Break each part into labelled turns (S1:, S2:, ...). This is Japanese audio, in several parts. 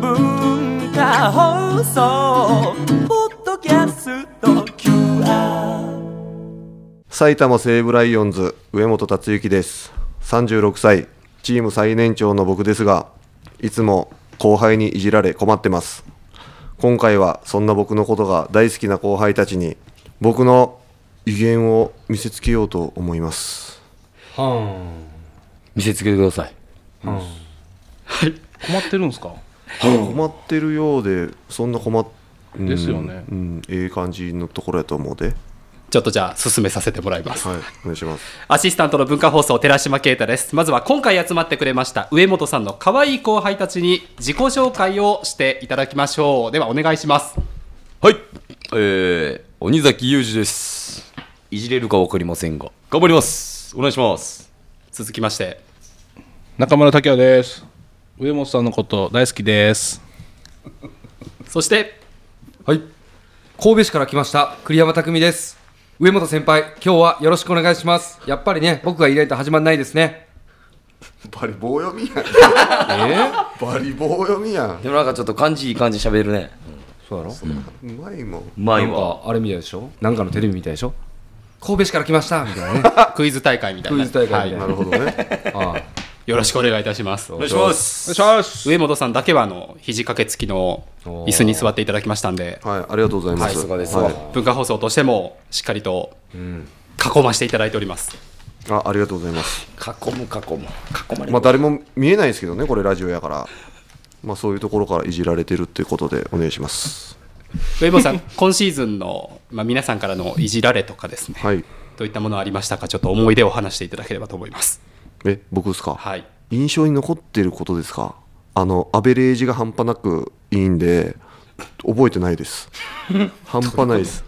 S1: 文化放送ポッドキャスト QR
S2: 埼玉西武ライオンズ上本達之です36歳チーム最年長の僕ですがいつも後輩にいじられ困ってます今回はそんな僕のことが大好きな後輩たちに僕の威厳を見せつけようと思います
S3: 見せつけてください
S4: 困ってるんですか
S2: 困ってるようでそんな困っうん
S4: ですよね
S2: うんええ感じのところやと思うで
S3: ちょっとじゃあ進めさせてもらいます、
S2: はいお願いします
S3: アシスタントの文化放送寺島啓太ですまずは今回集まってくれました上本さんの可愛い後輩たちに自己紹介をしていただきましょうではお願いします
S5: はい、えー、鬼崎裕二です。いじれるかわかりませんが、頑張ります。お願いします。
S3: 続きまして
S4: 中村武也です上本さんのこと大好きです
S3: そして
S6: はい。神戸市から来ました、栗山匠です。上本先輩、今日はよろしくお願いします。やっぱりね、僕がいないと始まんないですね。
S2: バリ棒読みやん
S5: えー、
S2: バリ棒読みやん
S5: でもなんかちょっと感じいい感じ喋るね。
S6: そうだろ
S2: うまいもん
S5: うま
S6: ないん
S5: わ。
S6: か、あれみたいでしょなんかのテレビみたいでしょ神戸市から来ましたみたいなね。
S3: クイズ大会みたい
S6: ク
S3: な
S6: イズ大会み
S2: な
S6: た
S2: いるほ
S6: な。
S2: どね
S6: ああ
S3: よろしくお願いいたします
S5: お願いします。
S3: 上本さんだけはあの肘掛け付きの椅子に座っていただきましたんで
S2: はいありがとうございます
S5: さすがです
S2: はい
S5: わ。
S3: 文化放送としてもしっかりと囲ましていただいております
S2: あありがとうございます
S5: 囲む囲む。囲まれ
S2: まあ誰も見えないですけどねこれラジオやからまあそういうところからいじられてるっていうことでお願いします
S3: 上本さん今シーズンの、まあ、皆さんからのいじられとかですね、
S2: はい
S3: どういったものありましたかちょっと思い出を話していただければと思います
S2: え僕ですか、
S3: はい
S2: 印象に残ってることですかあのアベレージが半端なくいいんで覚えてないです 半端ないです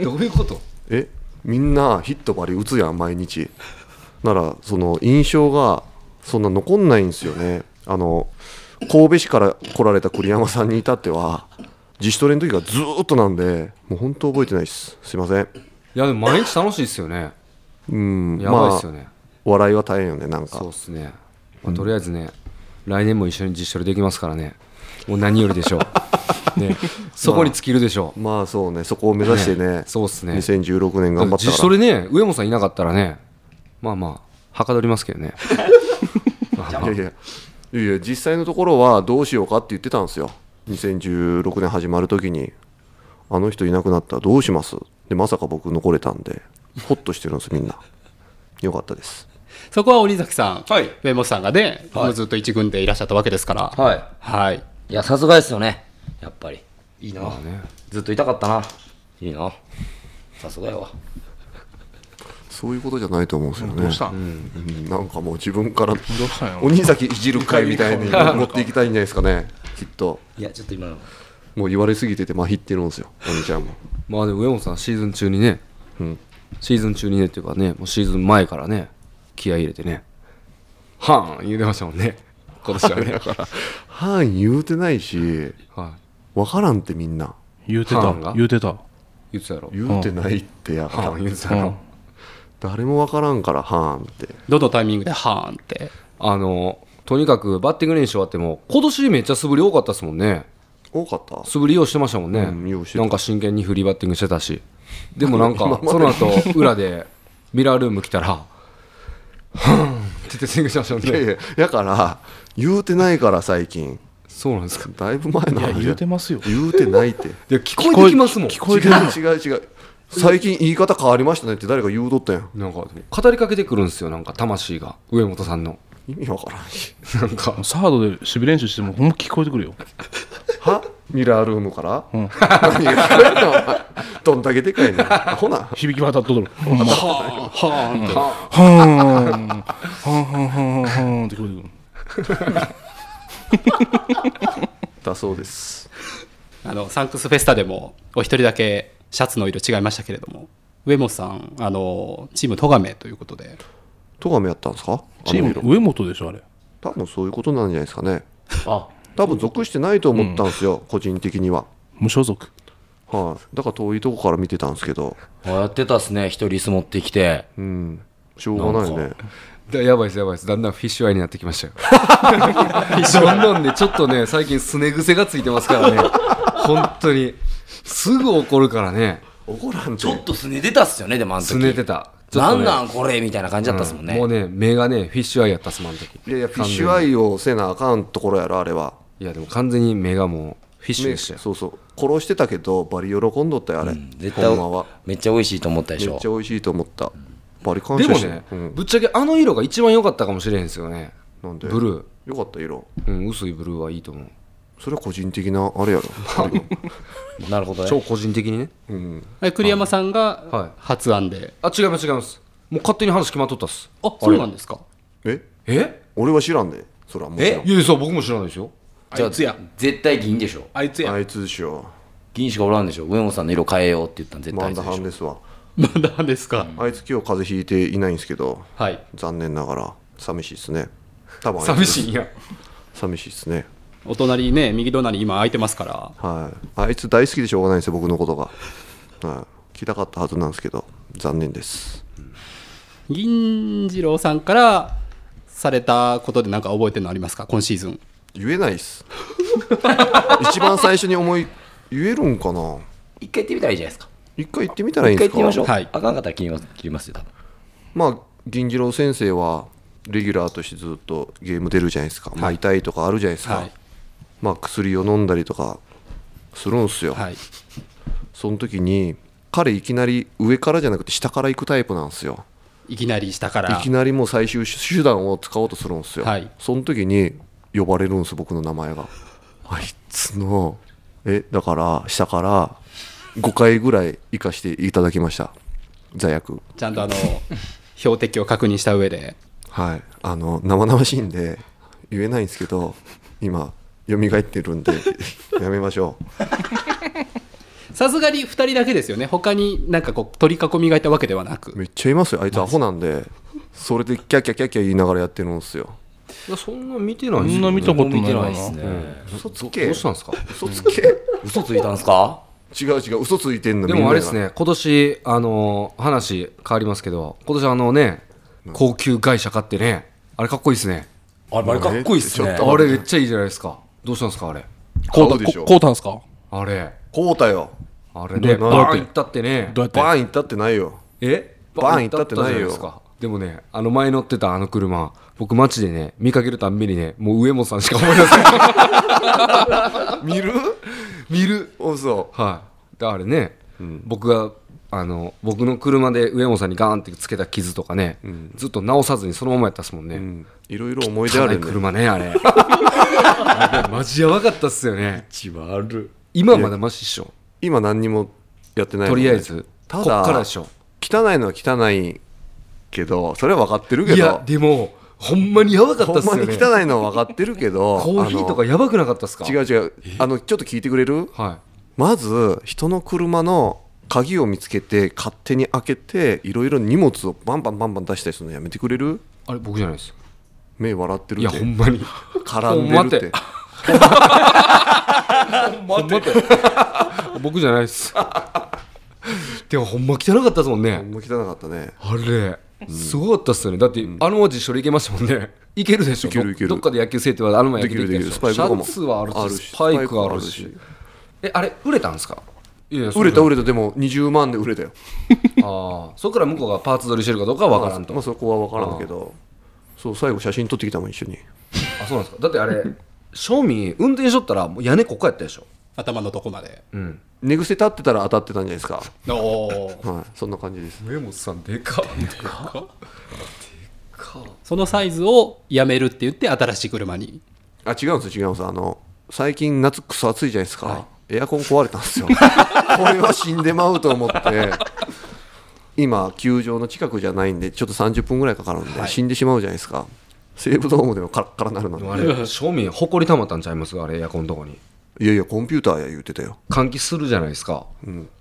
S6: どういうこと
S2: えみんなヒットばり打つやん毎日ならその印象がそんな残んないんですよねあの神戸市から来られた栗山さんに至っては自主トレの時がずーっとなんでもう本当覚えてないですすいません
S6: いや、でも毎日楽しいですよね。
S2: うん
S6: やばいですよね。
S2: まあ、笑いは大変よねなんか
S6: そうっすね。まあ、とりあえずね、来年も一緒に実証できますからね。もう何よりでしょ う。ね、そこに尽きるでしょう。
S2: まあそうね そこを目指してね
S6: ねそうっすね
S2: 2016年頑張ったから
S6: 自主トレね、上本さんいなかったらね、まあまあ、はかどりますけどね。
S2: いやいやいやいや実際のところはどうしようかって言ってたんですよ2016年始まる時にあの人いなくなったらどうしますでまさか僕残れたんでホッとしてるんですみんなよかったです
S3: そこは鬼崎さん、
S5: はい
S3: 上本さんがね、
S5: はい
S3: ずっと一軍でいらっしゃったわけですから
S5: はい
S3: はい
S5: いや、さすがですよね。やっぱり。いいな。
S6: ね
S5: ずっと痛かったな。いいな。さすがやわ。
S2: そういうことじゃないと思うんですよね
S4: どうした、
S2: うんなんかもう自分から
S4: したんやろ
S2: 鬼崎いじる会みたいに持っていきたいんじゃないですかねきっと
S5: いや、ちょっと今の。
S2: もう言われすぎててまひってるんですよお兄ちゃんも
S6: まあでも上本さんシーズン中にね、
S2: うん
S6: シーズン中にねっていうかねもうシーズン前からね気合い入れてねはーん言うてましたもんね今年は ね
S2: はい言うてないし
S6: は
S2: わからんってみんな
S4: 言うて
S6: ファ
S4: た
S6: ンが
S4: 言うてた
S6: い言ってたやろ
S2: 言うてないってやから
S6: はーん言ってたやろ、
S2: 誰もわからんからはーんって
S3: どのタイミングではーんって
S6: あのとにかくバッティング練習終わっても今年めっちゃ素振り多かったですもんね
S2: 多かった
S6: 素振りようしてましたもんね、
S2: うんようしてた
S6: なんか真剣にフリーバッティングしてたしで もなんかその後裏でミラールーム来たら「はーん」って言ってスイングしましたもん
S2: いやい
S6: ね
S2: ややから言うてないから最近
S6: そうなんですか
S2: だいぶ前の
S4: いや
S2: 話
S4: 言うてますよ
S2: 言うてないって
S6: で聞こえてきますもん
S4: 聞こえてる
S2: 違う違う違う最近言い方変わりましたねって誰か言うとったやん
S6: なんか語りかけてくるんですよなんか魂が上本さんの
S2: 意味わからんし
S6: なんか
S4: サードで守備練習してもほんま聞こえてくるよ
S2: はミラールームから、
S4: ん
S2: 何が聞こえんのお前どんだけでかいねんアホな
S4: 響き渡っとるほんま
S3: はーんはーんって
S4: はーんはーんはーんはーんはーんって聞こえてくる
S2: だそうです
S3: あのサンクスフェスタでもお一人だけシャツの色違いましたけれども上本さんあのチーム戸亀ということで
S2: 戸上やったんですか
S4: チ
S2: あの
S4: ー
S2: 色
S4: ム上本でしょあれ
S2: 多分そういうことなんじゃないですかね
S5: あ、
S2: 多分属してないと思ったんですよ、個人的には
S4: 無所属
S2: はいだから遠いとこから見てたんですけど
S5: あやってたっすね。一人椅子持ってきて。
S2: うんしょうがないね
S6: だやばいですやばいですだんだんフィッシュアイになってきましたよ どんどんねちょっとね最近すね癖がついてますからね本当にすぐ怒るからね
S2: 怒らん
S5: ちょっとすね出たっすよね、でもあの時。
S6: すねてたちょっ
S5: な
S6: とね
S5: んなんこれみたいな感じだったっすもんね。
S6: もうね目がねフィッシュアイやったっすもんあの時
S2: いやいやフィッシュアイをせなあかんところやろあれはい
S6: やでも完全に目がもうフィッシュ
S2: ね
S6: でしたよ
S2: そうそう殺してたけどバリ喜んどったよあれ、
S5: 絶対
S2: ほんまは
S5: めっちゃ美味しいと思ったで
S2: めっ
S5: し
S2: ち
S5: ょ
S2: ゃ美味しいと思ったバリ感
S6: で
S2: 謝
S6: も
S2: して
S6: ね、
S2: うん
S6: ぶっちゃけあの色が一番良かったかもしれへんですよね
S2: なんで
S6: ブル
S2: よかった色
S6: ー、うん、薄いブルーはいいと思う
S2: それは個人的なあれやろ
S5: なるほどね
S6: 超個人的にね
S3: え栗山さん
S6: は
S3: が
S6: い
S3: 発案で、
S6: あ違います違いますもう勝手に話決まっとったっす
S3: あそうなんですか
S2: え
S6: え
S2: 俺は知らんでそらもちろ
S6: いやいやそう僕も知らないですよ
S5: じゃ
S4: あいつや
S5: あ、絶対銀でしょ。
S4: あいつ
S2: ん
S4: や
S2: あいつでしょ
S5: 銀しかおらんでしょ。上本さんの色変えようって言ったん絶対
S2: マ
S5: あ
S2: ン
S5: いつ
S2: ダ
S5: でし
S2: ハン
S5: ょ。
S2: ですわ
S3: まだですか、
S2: あいつ今日風邪ひいていないんですけど
S3: はい
S2: 残念ながら寂しいですね多分あいつ
S6: 寂しいんや
S2: 寂しいですね
S3: お隣ね右隣今空いてますから
S2: はいあいつ大好きでしょうがないんですよ僕のことが、はい、聞きたかったはずなんですけど残念です
S3: 銀次郎さんからされたことで何か覚えてるのありますか今シーズン
S2: 言えないっ す一番最初に思い言えるんかな
S5: 一回行ってみたらいいじゃないですか。
S2: 一回行ってみたらいい
S5: 一
S2: んで
S5: 回
S2: すか
S5: 行ってみましょう。
S3: はい
S5: あかんかったら切ります切りますよ、多分。
S2: まあ銀次郎先生はレギュラーとしてずっとゲーム出るじゃないですか、まあ、痛いとかあるじゃないですか、
S3: はい
S2: まあ薬を飲んだりとかするんすよ、
S3: はい
S2: その時に彼いきなり上からじゃなくて下から行くタイプなんですよ
S3: いきなり下から
S2: いきなりもう最終手段を使おうとするんですよ、
S3: はい
S2: その時に呼ばれるんです僕の名前があいつのえだから下から5回ぐらい行かしていただきました座役
S3: ちゃんとあの標的を確認した上で
S2: はいあの生々しいんで言えないんですけど今蘇ってるんで やめましょう
S3: さすがに2人だけですよね他になんかこう取り囲みがいたわけではなく
S2: めっちゃいますよあいつアホなんでそれでキャキャキャキャ言いながらやってるんですよ
S6: いやそんな見てない
S4: そ
S6: っす
S4: ん
S6: よ
S4: な見たことないな
S5: ですね。
S2: 嘘つ
S6: ど
S2: け
S6: うしたん ですか
S2: 嘘つけ違う
S5: 嘘ついたんすか
S2: 違う嘘ついてんの
S6: で
S2: みん
S6: も
S2: な
S6: あ
S2: が
S6: れですね今年あのー話変わりますけど今年あのね高級外車買ってねあれかっこいいですね
S5: あれ、あれかっこいいっすね
S2: ちょ。っ
S6: あれめっちゃいいじゃないですかどうしたんですかあれ
S4: こう
S2: 買
S4: た
S2: うでしょ
S4: ここうたんすか
S6: あれ
S2: こうたよ
S6: あれで
S4: ど
S6: バ
S4: うやって
S6: ーン行ったってね
S4: どうやって
S2: バーン行ったってないよ
S6: え
S2: バーン行ったってないよ
S6: バーン行ったじゃですかでもねあの前乗ってたあの車僕街でね見かけるたんびにねもう上本さんしか思い出せな い
S2: 見る
S6: 見る
S2: 嘘
S6: はい、であれね、僕があの僕の車で上本さんにガーンってつけた傷とかね、ずっと直さずにそのままやったっすもんね、
S2: うんいろいろ思い出
S6: 汚
S2: あ
S6: い
S2: るね
S6: 車 ねあれあれマジやばかったっすよね
S5: 一番ある。
S6: 今はまだマシっしょ
S2: 今何にもやってない
S6: と
S2: もんね
S6: りあえず
S2: た
S6: こ
S2: だ
S6: っからでしょ
S2: 汚いのは汚いけどそれは分かってるけ
S6: いや
S2: ど
S6: でもほんまにやばかった
S2: ほ
S6: っ
S2: ん
S6: すよ
S2: まに
S6: ね
S2: 汚いのは分かってるけど
S6: コーヒーとかやばくなかったっす
S2: あの
S6: か
S2: 違う違うあのちょっと聞いてくれる
S6: は
S2: まず人の車の鍵を見つけて勝手に開けていろいろ荷物をバンバンバンバン出したりするのやめてくれる
S6: いあれ僕じゃないです
S2: 目笑ってる
S6: い
S2: っ
S6: や
S2: て
S6: ほんまに
S2: 絡んでるって
S6: ほんまって僕じゃないっ すでもほんま汚かったっすもんね
S2: ほんま汚かったね
S6: あれ、すごかったっすよね。だって、あの文字処理いけましたもんね。いけるでしょ。
S2: いけるいける
S6: どどっかで野球生ってはあの前野球できた
S2: できるできるスパイクとかも
S6: シャツはあるし、
S2: あるし
S6: スパイクあるし。
S2: スパイク
S6: え、あれ、売れたんですかいやいや
S2: 売れた売
S6: れ
S2: れたでも20万で売れたよ
S6: た。ああ。そこから向こうがパーツ取りしてるかどうかは分からんと。
S2: まあそこは分からんけどそう最後写真撮ってきたもん一緒に
S6: あ、そうなんですか。だってあれ、正味、運転しとったら、もう屋根ここやったでしょ。
S3: 頭のとこまで
S6: うん。
S2: 寝癖立ってたら当たってたんじゃないですか
S3: おー
S2: はいそんな感じです
S6: 上本さん、でかでか
S3: そのサイズをやめるって言って新しい車に
S2: あ違うんですよ違うんですよあの最近夏クソ暑いじゃないですか、エアコン壊れたんですよこれは死んでまうと思って今球場の近くじゃないんでちょっと30分ぐらいかかるんで、死んでしまうじゃないですか西武ドームでもカラッカラなるの
S6: でもあ
S2: に
S6: れ、正味、ほこりたまったんちゃいますあれ、エアコンのとこに。
S2: いやいやコンピューターや言うてたよ
S6: 換気するじゃないですか。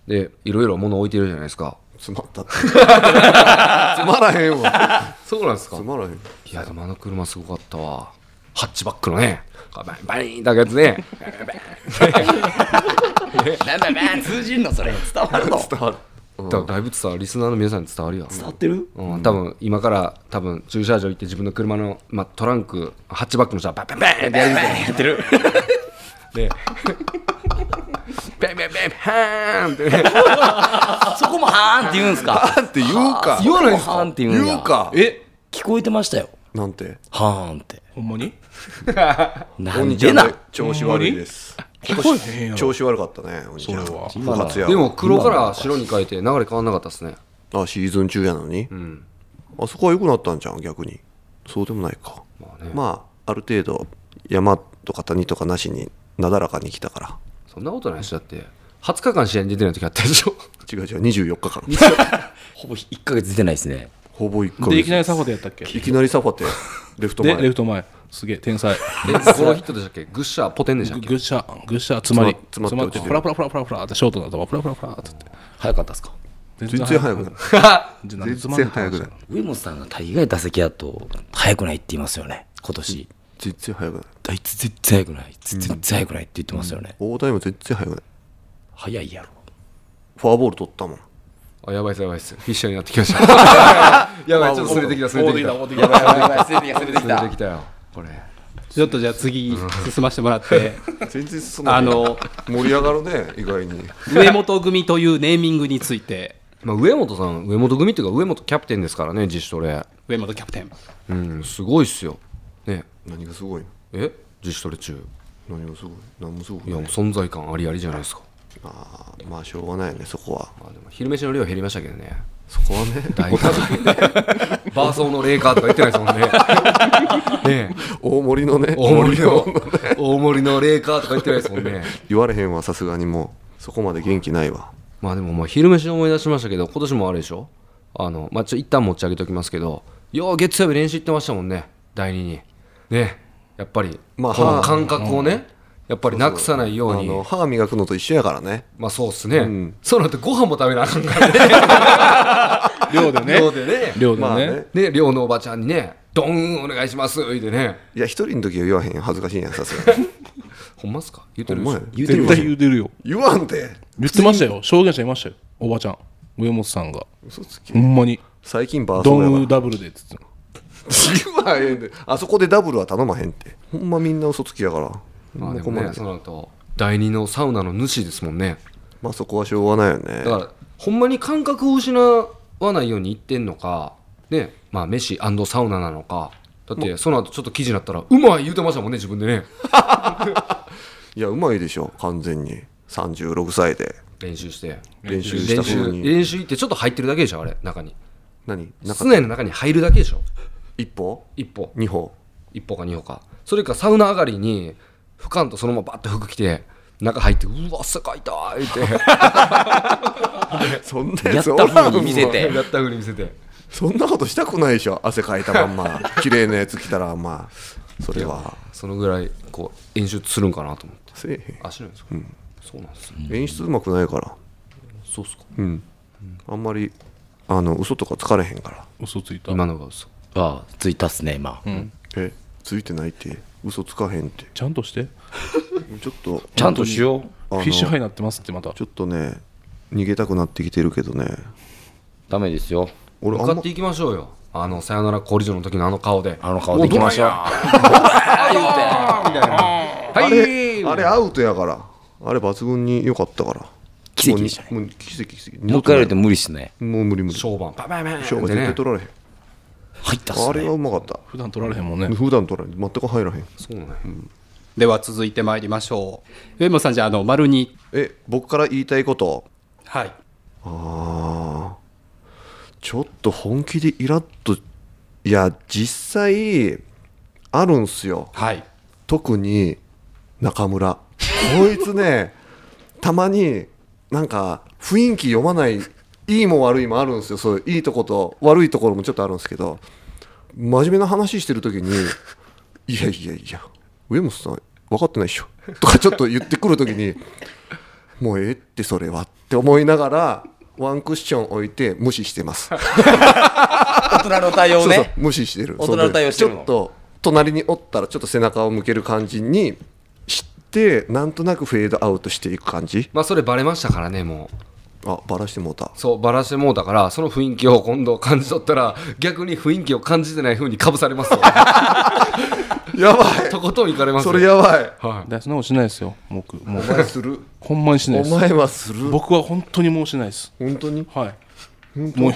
S6: で、いろいろ物置いてるじゃないですか。
S2: 詰まったってつまらへんわ
S6: そうなんですか
S2: つまらへん
S6: いやでもあの車すごかったわハッチバックのねバインバインだけやつね
S5: なんだなんだ、通じんのそれ。伝わるの。
S2: 伝わる
S6: 多分だいぶ伝わるリスナーの皆さんに伝わるよ、
S5: 伝わってる
S6: うん、多分今から多分駐車場行って自分の車の、まあ、トランクハッチバックのさバンバンバンってやるみたいな
S5: やってる
S6: バンバンバンハーンってね
S5: そこもはーんって言うんですか
S2: あんって言うか
S6: 言わないんす
S5: はーん
S6: か
S5: って言うんや
S2: 言うか
S4: え
S5: 聞こえてましたよ
S2: なんて
S5: はーんって
S4: ほんまに
S5: な
S2: お
S5: ん
S2: 兄ちゃ
S5: で
S2: ん
S5: な
S2: ね調子悪いです
S4: 聞こえへんやろ
S2: 調子悪かったねお兄ちゃん
S4: それは
S2: 不活や
S6: でも黒から白に変えて流れ変わんなかったですね
S2: あシーズン中やのに、あそこは良くなったんじゃん逆にそうでもないかまあ、あ、る程度山とか谷とかなしになだらかに来たから
S6: そんなことないしだって20日間試合に出てない時あったでしょ
S2: 違う違う24日間
S5: ほぼ1ヶ月出てないですね
S2: ほぼ1ヶ
S4: でいきな
S2: 月
S4: りサファでやったっけ
S2: いきなりサファテレフト
S4: で
S2: 前
S4: レフト前すげえ天才
S6: えこのヒットでしたっけグッシャーポテンでしたっけ
S4: グッシャグッシャ詰まり
S2: 詰ま詰まって落ちてる
S4: プラプラプラプラプラってショートの頭プラプラプラって
S5: 早かったですか
S2: 全然早くない
S4: ない
S2: 全然早くない
S5: 上本さんが大概打席だと早くないって言いますよね今年
S2: 全然早くない
S5: あいつ絶対早くないあいつ絶対早くないって言ってますよね
S2: 大谷も全然早くない
S5: 早いやろ
S2: フォアボール取ったもん
S6: あやばいっすやばいっすフィッシャーになってきました やばいちょっと連れてきた連れてきた
S4: てきた
S6: 連れてきたよこれ
S3: ちょっとじゃあ次進ませてもら って、
S2: 全然そんな
S3: あの、
S2: 盛り上がるね意外に
S3: 上本組というネーミングについて、
S6: まあ、上本さん、上本組っていうか、上本キャプテンですからね、自主トレ。
S3: 上本キャプテン。
S6: うん、すごいっすよ。ね、
S2: 何がすごい
S6: え自主トレ中。
S2: の何がすごい何もすごく
S6: いや、
S2: な
S6: もう
S2: い
S6: 存在感ありありじゃないですか。
S2: あーまあしょうがないよねそこは
S6: まあ、でも昼飯の量減りましたけどね。
S2: そこはね
S6: 大 体。バーソーのレーカーとか言ってないですもんね。 ねえ
S2: 大盛りのね
S6: 大盛りの、大盛りのレーカーとか言ってないですもんね。
S2: 言われへんわさすがにもうそこまで元気ないわ
S6: まあでも、まあ、昼飯思い出しましたけど、今年もあれでしょあの、まあ、ちょ、一旦持ち上げときますけど、よう月曜日練習行ってましたもんね、第二に。ね、やっぱり、
S2: まあ
S6: こ
S2: は
S6: の
S2: あ
S6: 感覚をね、やっぱりなくさないよう
S2: あ
S6: に。
S2: の歯磨くのと一緒やからね
S6: まあそうっすね、そうなってご飯も食べなあかんからね
S4: 量でね
S6: 寮でね
S4: 量で
S2: まあ
S4: ね
S2: ね
S6: ね寮のおばちゃんにね「ドンお願いします」言うてね
S2: いや一人の時は言わへんよ恥ずかしいやんさすがに
S6: ほんまっすか言う
S2: お
S6: てるでし
S2: 前
S6: ょ
S2: 言
S4: 絶対言うてるよ
S2: 言わんて
S4: 言ってましたよ証言者いましたよおばちゃん上本さんが
S2: 嘘つき
S4: ほんまに
S2: 最近バー
S4: ド
S2: ソンや
S4: ンウ
S2: わ
S4: ーダブルでっつって
S2: 言わへんであそこでダブルは頼まへんってほんまみんな嘘つきやから
S6: ま
S2: ほん
S6: あで
S2: ま困
S6: も
S2: る
S6: ねその後第二のサウナの主ですもんね
S2: まあそこはしょうがないよね
S6: だからほんまに感覚を失わないように言ってんのかねまあ飯サウナなのかだってその後ちょっと記事になったら「うまい!」言うてましたもんね自分でね
S2: いやうまいでしょ完全に36歳で
S6: 練習して
S2: 練習した
S6: 練習
S2: 風に
S6: 練習行ってちょっと入ってるだけでしょあれ中に
S2: 何なん
S6: 室
S2: か
S6: 内の中に入るだけでしょ
S2: 一歩
S6: 一歩
S2: 二歩
S6: 一歩か二歩かそれかサウナ上がりに俯瞰とそのままバッと服着て中入ってうわ汗かいたー言うて
S2: そんな
S5: や
S2: や
S5: っ
S2: つ
S5: た
S2: おらん
S5: 風に見せて
S6: やったふうに見せて
S2: そんなことしたくないでしょ汗かいたまん ま綺麗なやつ着たらまあそれは
S6: そのぐらいこう演出するんかなと思って
S2: せえ
S6: あしないんですか、そうなんですよ
S2: へん演出うまくないから
S6: そうっすか
S2: うんあんまりあの嘘とかつかれへんから
S4: 嘘ついた
S6: 今のが嘘
S5: ああついたっすね今、
S2: えついてないって嘘つかへんって
S4: ちゃんとして
S2: ちょっと
S5: ちゃんとしよう
S4: フィッシュハイになってますってまた
S2: ちょっとね逃げたくなってきてるけどね
S5: ダメですよ
S2: 俺あ
S6: 向
S2: ん
S6: か
S2: ま
S6: っていきましょうよあのさよならコリジョンの時のあの顔で
S5: あの顔でいきましょう
S6: はい
S2: あれあれアウトやからあれ抜群に良かったから
S5: 奇跡でしたね
S2: もうもう奇跡奇跡
S5: もう一回やると無理っすね
S2: もう無理無理
S6: 小判バババーン
S2: 勝負
S6: で
S2: 絶対
S6: ね
S2: 取られへん
S5: 入ったっ
S2: あ
S5: す
S2: れは
S5: ね
S2: うまかった
S4: 普段取られへんもんね
S2: 普段取られへん全く入らへん
S6: そうなんや
S3: では続いてまいりましょう。上本さん、じゃあ、あの、丸に。
S2: え僕から言いたいこと
S3: はい。
S2: あーちょっと本気でイラッといや実際あるんすよ
S3: はい。
S2: 特に中村こいつね たまになんか雰囲気読まないいいも悪いもあるんですよそういういいとこと悪いところもちょっとあるんですけど真面目な話してる時に「いやいやいや上本さん分かってないでしょ」とかちょっと言ってくる時に「もうええってそれは」って思いながらワンクッション置いて無視してます。
S5: 大人の対応
S2: そうそう
S5: ね
S2: 無視してる
S5: 大人の対応してるの
S2: その時ちょっと隣におったらちょっと背中を向ける感じにしてなんとなくフェードアウトしていく感じ
S6: まあそれバレましたからねも
S2: あバラしてもうた
S6: そうバラしてもうたからその雰囲気を今度感じ取ったら逆に雰囲気を感じてない風にかぶされま すよ
S2: やばい
S6: とことん行かれます
S2: そ
S6: よ
S2: れやばい
S6: はい
S4: だそんなことしないですよ僕もう
S6: お前する
S4: ほんまにしない
S2: お
S4: です
S2: 前はする
S4: 僕は本当にもうしないです
S2: 本当に
S4: はいもう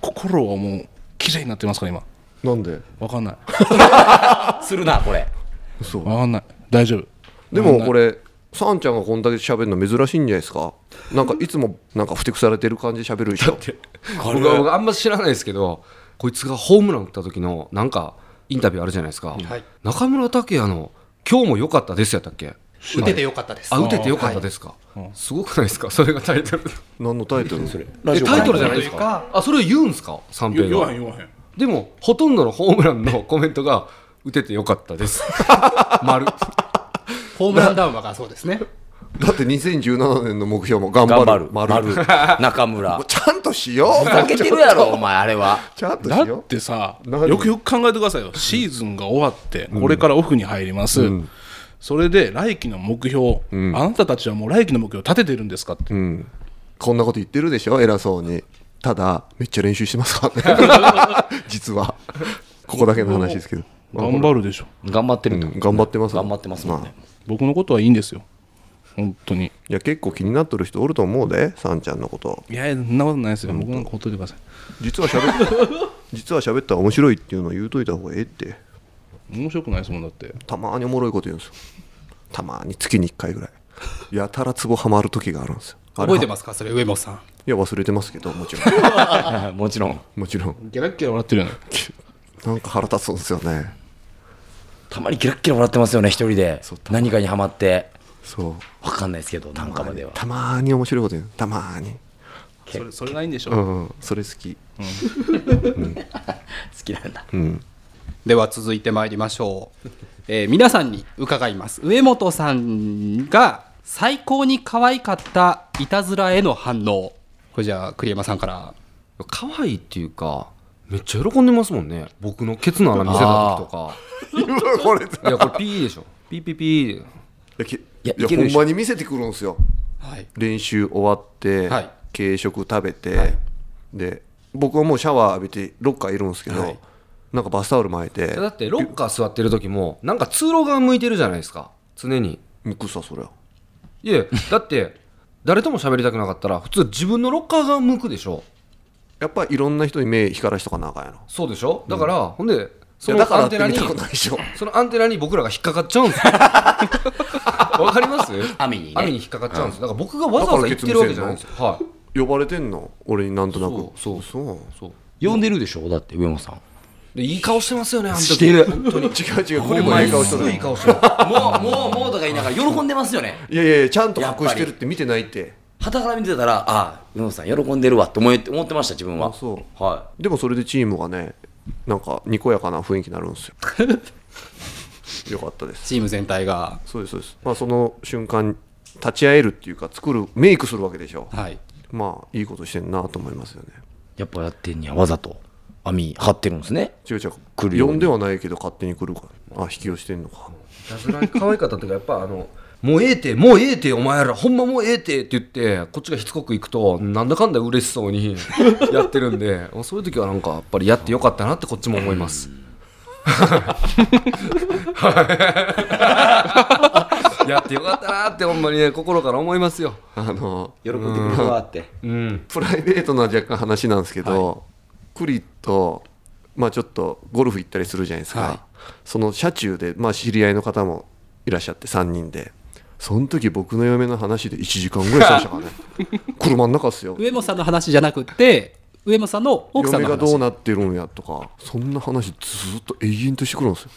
S4: 心はもう綺麗になってますから今
S2: なんで
S4: わかんない
S5: するな、これ。
S2: 嘘
S4: わかんない大丈夫
S2: でもこれさんちゃんがこんだけ喋るの珍しいんじゃないですかなんかいつもなんか不適されてる感じで喋るでしょ
S6: 僕は僕あんま知らないですけどこいつがホームラン打った時のなんかインタビューあるじゃないですか、中村拓也の「今日も良かったです」やったっけ
S3: 打ててよかったです
S6: あ打てて良かったですか、すごくないですかそれがタイトル
S2: 何のタイトルそれ
S6: えタイトルじゃないですかあそれを言うんすか三平が
S4: 言わへん
S6: でもほとんどのホームランのコメントが「打てて良かっ たです」丸
S3: ホームランダウンがそうですね
S2: だって2017年の目標も頑張
S5: 頑
S2: る
S5: 張る。
S2: 丸
S5: 丸。 中村
S2: もう。ちゃんとしよう
S5: ふざけてるやろ、お前、あれは。
S2: ちゃんと
S4: だ
S2: しよ
S4: っ
S2: う
S4: てさ
S2: 何
S4: よくよく考えてくださいよシーズンが終わってこれからオフに入ります、それで来季の目標、あなたたちはもう来季の目標立ててるんですかって、
S2: うんこんなこと言ってるでしょ偉そうにただめっちゃ練習してますから ね実はここだけの話ですけど
S4: 頑張るでしょ
S5: 頑張ってる
S2: う
S5: と。
S2: ん頑張ってます
S5: 頑張ってますもんね
S2: あ
S4: 僕のことはいいんですよ本当に
S2: いや結構気になっとる人おると思うでさんちゃんのこと
S4: いやいやそんなことないですよ僕のことほっといてください
S2: 実は喋 っ実は喋ったら面白いっていうのを言うといた方がええって
S4: 面白くないですもんだって
S2: たまーにおもろいこと言うんですよたまーに月に1回ぐらいやたらツボハマる時があるんですよ
S3: 覚えて
S2: す
S3: ますかそれ上本さん
S2: いや忘れてますけどもちろ ん
S5: もちろん。
S2: もちろん
S4: ギャラッギャラ笑ってるよね
S2: なんか腹立つんですよね
S5: たまにキラッキラ笑ってますよね、一人で。何かにハマって。
S2: そう
S5: わかんないですけど、なんかまでは。
S2: たまーに面白いこと言うたまーに
S4: それそれがいいんでしょ、
S2: うんそれ好き
S5: 好きなんだ。
S2: うん
S3: では続いてまいりましょ う、えー皆さんに伺います上本さんが最高に可愛かったいたずらへの反応これじゃあ栗山さんから
S6: 可愛いっていうかめっちゃ喜んでますもんね僕のケツの穴見せた時とか
S2: 今これい
S6: い やこれピーでしょピーピーピー
S2: やきい
S5: や
S2: や
S5: いけるでしょ
S2: ほんまに見せてくるんですよ
S3: はい
S2: 練習終わって、
S3: はい
S2: 軽食食べて、で僕はもうシャワー浴びてロッカーいるんですけど、
S3: はい
S2: なんかバスタオル巻いて
S6: いやだってロッカー座ってる時もなんか通路側向いてるじゃないですか常に
S2: むくさそりゃ
S6: いやだって誰とも喋りたくなかったら普通自分のロッカー側向くでしょ
S2: やっぱりいろんな人に目光らしとかなあかんやろ
S6: そうでしょだから、ほんで
S2: い
S6: そ
S2: や
S6: の
S2: だか
S6: ア
S2: ら
S6: ン
S2: っ
S6: テ
S2: て
S6: ナ
S2: 見
S6: に
S2: たことないでしょ
S6: そのアンテナに僕らが引っかかっちゃう んですよわかります
S5: 網にね
S6: 網に引っかかっちゃうんですだから僕がわざわざ言ってるわけじゃないんですよはい
S2: 呼ばれてんの俺になんとなく
S6: そう
S2: そう
S6: そう
S5: 呼んでるでしょ、だって、上本さん。
S6: でいい顔してますよねあの時
S5: してる
S6: 本当に
S2: 違う違うこ
S6: ほ
S2: れ
S6: ん
S2: も
S6: ま
S2: いい
S6: に
S2: 顔し
S6: す
S2: と
S6: ご
S2: る
S6: いいい顔してる
S5: もう、もう、もうとか言いながら、喜んでますよね。
S2: いやいやいやちゃんと隠してるって見てないって
S5: 旗から見てたら、ああ、上本さん、喜んでるわって思え思ってました、自分は。
S2: あそう
S5: は
S2: でもそれでチームがねなんかにこやかな雰囲気になるんですよ よかったです
S3: チーム全体が
S2: そうですそうですまあその瞬間立ち会えるっていうか作るメイクするわけでしょ
S3: はい
S2: まあいいことしてんなと思いますよね
S5: い。やっぱやってんにはわざと網張ってるんですね。
S2: 違う違う
S5: 来るように
S2: 呼んではないけど勝手に来るからあ引き寄してんのか
S6: いたずら可愛かった時はやっぱあの「もうええてもうええてお前らほんまもうええて」って言ってこっちがしつこく行くとなんだかんだ嬉しそうに やってるんでそういう時はなんかやっぱりやってよかったなってこっちも思い ます。はいやってよかったなってほんまにね心から思いますよ。
S2: あの
S5: 喜んでくれるわって。
S6: うん、
S2: プライベートな若干話なんですけど、クリと、まあ、ちょっとゴルフ行ったりするじゃないですか、
S3: はい
S2: その車中で、まあ、知り合いの方もいらっしゃって3人でその時僕の嫁の話で1時間ぐらいしましたからね車の中っすよ
S3: 上本さんの話じゃなくて上本さんの奥さん
S2: 嫁が
S3: の
S2: どう
S3: 話
S2: なってるんやとかそんな話ずーっと永遠としてくるんですよ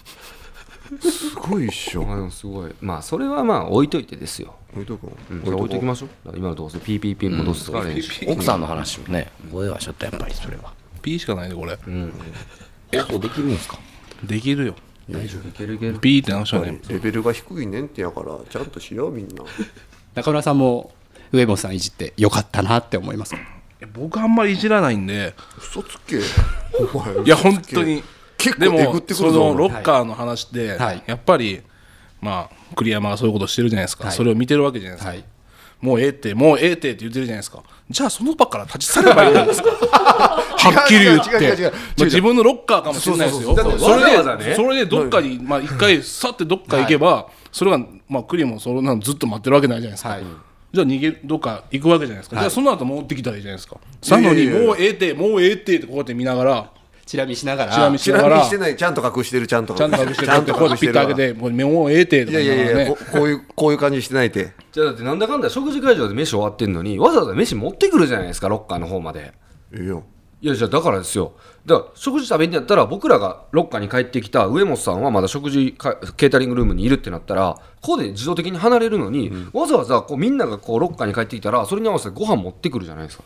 S2: すごいっしょ
S6: まあでもすごいまあそれはまあ置いといてですよ。
S2: 置いとくん
S6: うん、置いときましょう。だから今のところ PPP もどうすか、練習
S5: 奥さんの話もね、これはちょっとやっぱりそれは。
S4: ピーしかないでこれ
S5: そうできるんですか
S4: できるよ
S6: いけるいける
S4: ピーって直したね
S2: レベルが低いねんってやからちゃんとしようみんな
S3: 中村さんも上本さんいじってよかったなって思います
S4: いや僕あんまりいじらないんで
S2: 嘘つけお前嘘つけ
S4: いや本当に
S2: 結構
S4: で
S2: えぐ
S4: も
S2: ってく
S4: そ
S2: るぞ
S4: のロッカーの話で、
S3: はい
S4: やっぱりまあ栗山がそういうことしてるじゃないですか、それを見てるわけじゃないですか、
S3: はい
S4: もうええって、もうええってって言ってるじゃないですか。じゃあその場から立ち去ればいいんですかはっきり言って。
S2: 違う違う違う違う違う
S4: まあ自分のロッカーかもしれないですよ。
S6: そうそうそうそ
S4: そ
S6: うだってわ
S4: れ
S6: ざわざね
S4: で、それでどっかに、まあ一回、さってどっか行けば、それが、まあクリもそんなのずっと待ってるわけないじゃないですか。じゃあ逃げるどっか行くわけじゃないですか、じゃあその後戻ってきたらいいじゃないですか、さのにもうええってもうええってってこうやって見ながら
S3: チラ見しながら
S4: チラ見し
S2: ち
S4: な
S2: な
S4: が
S2: みに
S4: ら
S2: してないちゃんと隠してるちゃんと
S4: ちゃんと隠して
S2: ちゃん
S4: こ
S2: と
S4: うや
S2: 隠
S4: って
S2: してる
S4: ピッと
S2: わ
S4: 開けて、もう目をええてと
S2: い
S4: か
S2: やい
S4: 言いなが
S2: やい
S4: ら
S2: や
S4: ね
S2: ここういうこういう感じにしてないて
S6: じゃあだってなんだかんだ食事会場で飯終わってんのにわざわざ飯持ってくるじゃないですかロッカーの方まで
S2: いいよ
S6: いやじゃあだからですよだから食事食べにやったら僕らがロッカーに帰ってきた上本さんはまだ食事かケータリングルームにいるってなったらここで自動的に離れるのに、わざわざこうみんながこうロッカーに帰ってきたらそれに合わせてご飯持ってくるじゃないですか、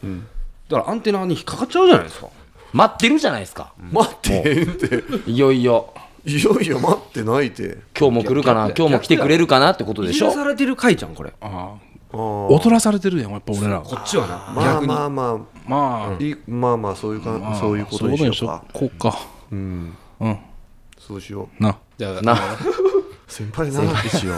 S6: だからアンテナに引っかかっちゃうじゃないですか
S5: 待ってるじゃないですか。
S2: 待ってって
S5: いよいよ。
S2: いよいよ待ってないて
S5: 今日も来るかな今日も来てくれるかなってことで
S6: い
S5: し
S6: じら
S5: ょ
S6: されてる回じゃんこれこ
S4: あ
S2: あ
S4: あ
S2: ー
S4: 踊らされてるやんやっぱ俺ら
S6: っちはな、
S2: まあ
S6: 逆に
S2: まあま
S4: まあ、
S2: あいいまあまあそういうか
S4: まあ
S2: そういうことにしようか
S4: そういうことにしようこうか
S2: うん
S4: うん
S2: そうしよう
S4: な
S3: じゃあ
S5: な
S2: 先輩な一応